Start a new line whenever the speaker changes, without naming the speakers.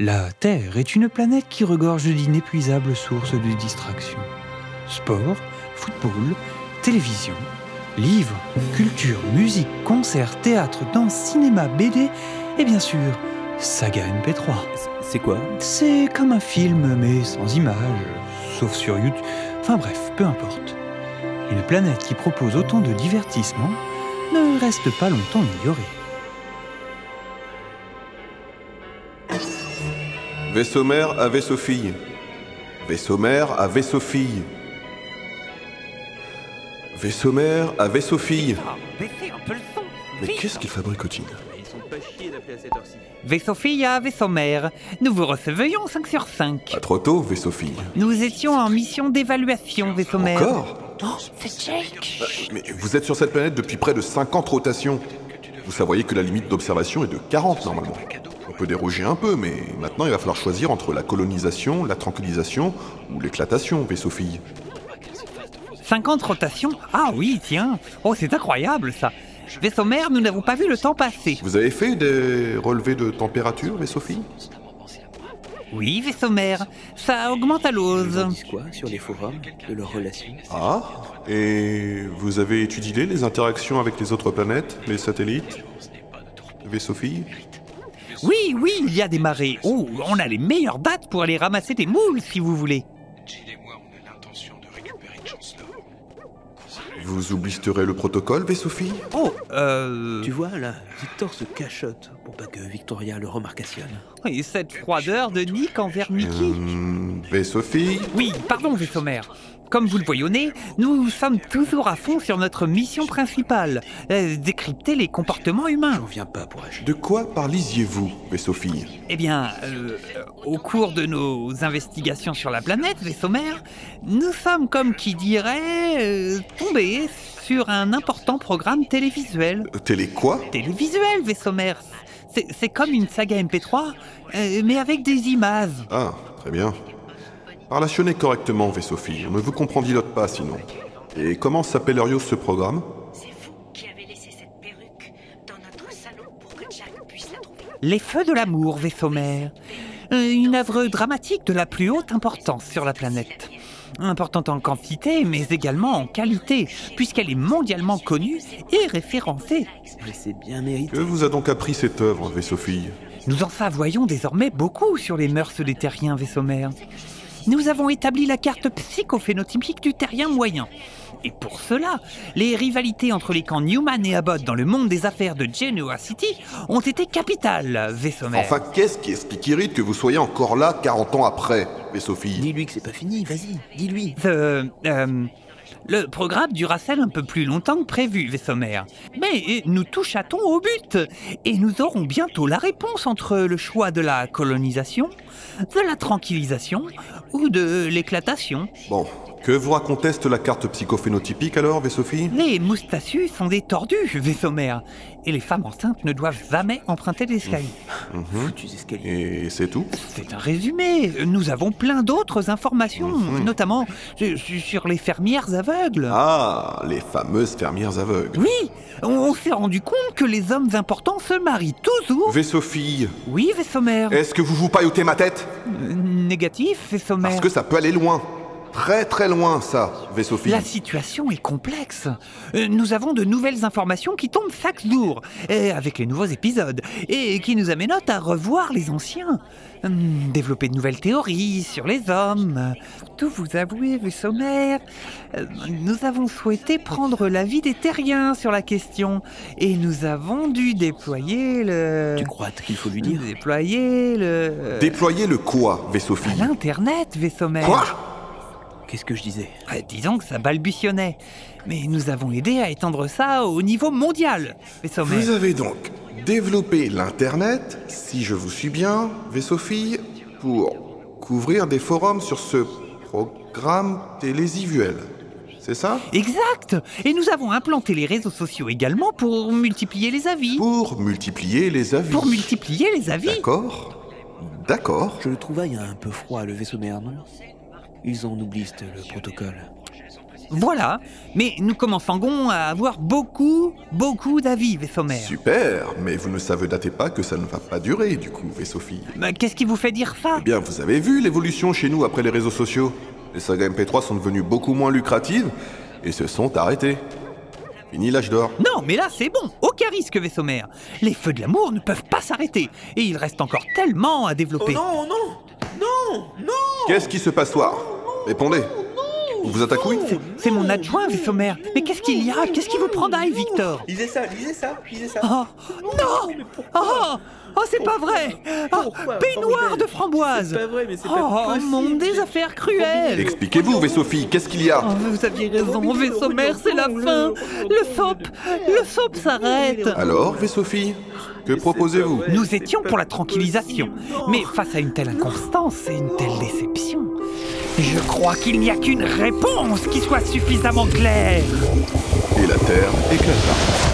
La Terre est une planète qui regorge d'inépuisables sources de distractions. Sport, football, télévision, livres, culture, musique, concerts, théâtre, danse, cinéma, BD et bien sûr, saga MP3.
C'est quoi
C'est comme un film mais sans images, sauf sur YouTube. Enfin bref, peu importe. Une planète qui propose autant de divertissements ne reste pas longtemps ignorée.
Vaisseau-mère à vaisseau-fille. Vaisseau-mère à vaisseau-fille. Vaisseau-mère à vaisseau-fille.
Ah, baissez un peu le son
Mais
Vite.
qu'est-ce qu'il fabrique t
Ils sont pas chiés d'appeler à cette heure-ci.
Vaisseau fille à vaisseau mère, nous vous recevions 5 sur 5.
Pas trop tôt, vaisseau-fille.
Nous étions en mission d'évaluation, vaisseau mère.
Encore Mais vous êtes sur cette planète depuis près de 50 rotations. Vous savez que la limite d'observation est de 40 normalement. On peut déroger un peu, mais maintenant il va falloir choisir entre la colonisation, la tranquillisation ou l'éclatation, vaisseau-fille.
50 rotations Ah oui, tiens Oh, c'est incroyable ça Vaisseau mère, nous n'avons pas vu le temps passer.
Vous avez fait des relevés de température, vaisseau-fille
Oui, vaisseau mère, ça augmente à
Ils
l'ose.
disent quoi sur les forums de leurs relations
Ah Et vous avez étudié les interactions avec les autres planètes, les satellites Vaisseau-fille
Oui, oui, il y a des marées. Oh, on a les meilleures dates pour aller ramasser des moules si vous voulez.
Jill et moi, on a l'intention de récupérer Chancellor.
Vous oublierez le protocole, vaisseau-fille
Oh, euh.
Tu vois là, Victor se cachote pour pas que Victoria le remarquationne.
Et cette froideur de Nick envers
Euh,
Mickey
Hum, Vaisseau-fille
Oui, pardon, vaisseau mère. Comme vous le voyonnez, nous sommes toujours à fond sur notre mission principale, euh, décrypter les comportements humains.
J'en viens pas pour agir.
De quoi parlisiez-vous, vaisseau-fille
Eh bien, euh, euh, au cours de nos investigations sur la planète, vaisseau mère, nous sommes, comme qui dirait, euh, tombés sur un important programme télévisuel.
Euh, Télé quoi
Télévisuel, vaisseau mère C'est- C'est comme une saga MP3, euh, mais avec des images.
Ah, très bien. Parlationnez correctement, vaisseau-fille. On ne vous comprendilote pas sinon. Et comment s'appelle Orios ce programme
C'est vous qui avez laissé cette perruque dans notre salon pour que Jack puisse la trouver.
Les feux de l'amour, vaisseau mère. Euh, Une œuvre dramatique de la plus haute importance sur la planète. Importante en quantité, mais également en qualité, puisqu'elle est mondialement connue et référencée.
Mais c'est bien mérité.
Que vous a donc appris cette œuvre, vaisseau-fille
Nous en savoyons désormais beaucoup sur les mœurs des terriens vaisseaux-mères. Nous avons établi la carte psychophénotypique du terrien moyen. Et pour cela, les rivalités entre les camps Newman et Abbott dans le monde des affaires de Genoa City ont été capitales, vaisseau-mère.
Enfin, qu'est-ce qui est-ce qui t'irrite que vous soyez encore là 40 ans après, vaisseau-fille
Dis-lui que c'est pas fini, vas-y, dis-lui.
Euh, euh, le programme dura celle un peu plus longtemps que prévu, vaisseau-mère. Mais euh, nous touchatons au but et nous aurons bientôt la réponse entre le choix de la colonisation, de la tranquillisation ou de l'éclatation.
Bon, que vous raconteste la carte psychophénotypique alors, vaisseau-fille
Les moustachus sont des tordus, vaisseau-mère, et les femmes enceintes ne doivent jamais emprunter l'escalier.
Foutus escaliers.
Et c'est tout
C'est un résumé. Nous avons plein d'autres informations, notamment su- su- sur les fermières aveugles.
Ah, les fameuses fermières aveugles.
Oui, on- on s'est rendu compte que les hommes importants se marient toujours.
Vaisseau-fille,
Oui, vaisseau mère.
est-ce que vous vous paillotez ma tête
Euh, Négatif, vaisseau
Parce
mère.
que ça peut aller loin. Très très loin, ça, vaisseau-fille.
La situation est complexe. Euh, Nous avons de nouvelles informations qui tombent chaque jour, et avec les nouveaux épisodes, et qui nous amènent à revoir les anciens. Hum, Développer de nouvelles théories sur les hommes. Pour tout vous avouer, vaisseau mère, euh, nous avons souhaité prendre l'avis des terriens sur la question, et nous avons dû déployer le...
Tu crois qu'il faut lui dire
Déployer le... euh,
Déployez le quoi,
À
vaisseau-fille
L'Internet, vaisseau mère.
Quoi
Qu'est-ce que je disais
Euh, Disons que ça balbutionnait. Mais nous avons aidé à étendre ça au niveau mondial, vaisseau mère.
Vous avez donc développé l'Internet, si je vous suis bien, vaisseau-fille, pour couvrir des forums sur ce programme télévisuel. C'est ça
Exact Et nous avons implanté les réseaux sociaux également pour multiplier les avis.
Pour multiplier les avis.
Pour multiplier les avis
D'accord. D'accord.
Je le trouvaille un peu froid, le vaisseau mère, non Ils en oublient c'te, le protocole.
Voilà, mais nous commençons à avoir beaucoup, beaucoup d'avis éphémères.
Super, mais vous ne savez dater pas que ça ne va pas durer, du coup, et Sophie.
Bah, Qu'est-ce qui vous fait dire ça
Eh bien, vous avez vu l'évolution chez nous après les réseaux sociaux. Les sagas MP3 sont devenues beaucoup moins lucratives et se sont arrêtées. Fini l'âge d'or.
Non, mais là c'est bon, aucun risque, Vessomer. Les feux de l'amour ne peuvent pas s'arrêter, et il reste encore tellement à
Oh
développer.
non, oh non Non Non
Qu'est-ce qui se passe, soir Répondez. Vous vous attaquez
C'est- c'est mon adjoint, Vessomer. Mais qu'est-ce qu'il y a Qu'est-ce qui vous prend d'ail, Victor
Lisez ça, lisez ça, lisez ça.
Oh
mais
non
pourquoi
Oh Oh, c'est pas vrai Oh,
Pourquoi
Peignoir de
Bordel
framboise
C'est pas vrai, mais c'est pas
Oh,
possible.
monde des affaires cruelles
Expliquez-vous, Sophie, qu'est-ce qu'il y
Oh,
a
vous aviez raison,
Robin,
Vessomer,
Robin,
c'est la
Robin,
fin
Robin,
Le
Robin,
sop Le sop s'arrête
Alors, Sophie, que proposez-vous
vrai.
Nous
c'est
étions
pas
pour la tranquillisation,
possible, non.
mais face à une telle inconstance et une telle déception, je crois qu'il n'y a qu'une réponse qui soit suffisamment claire.
Et la Terre éclata.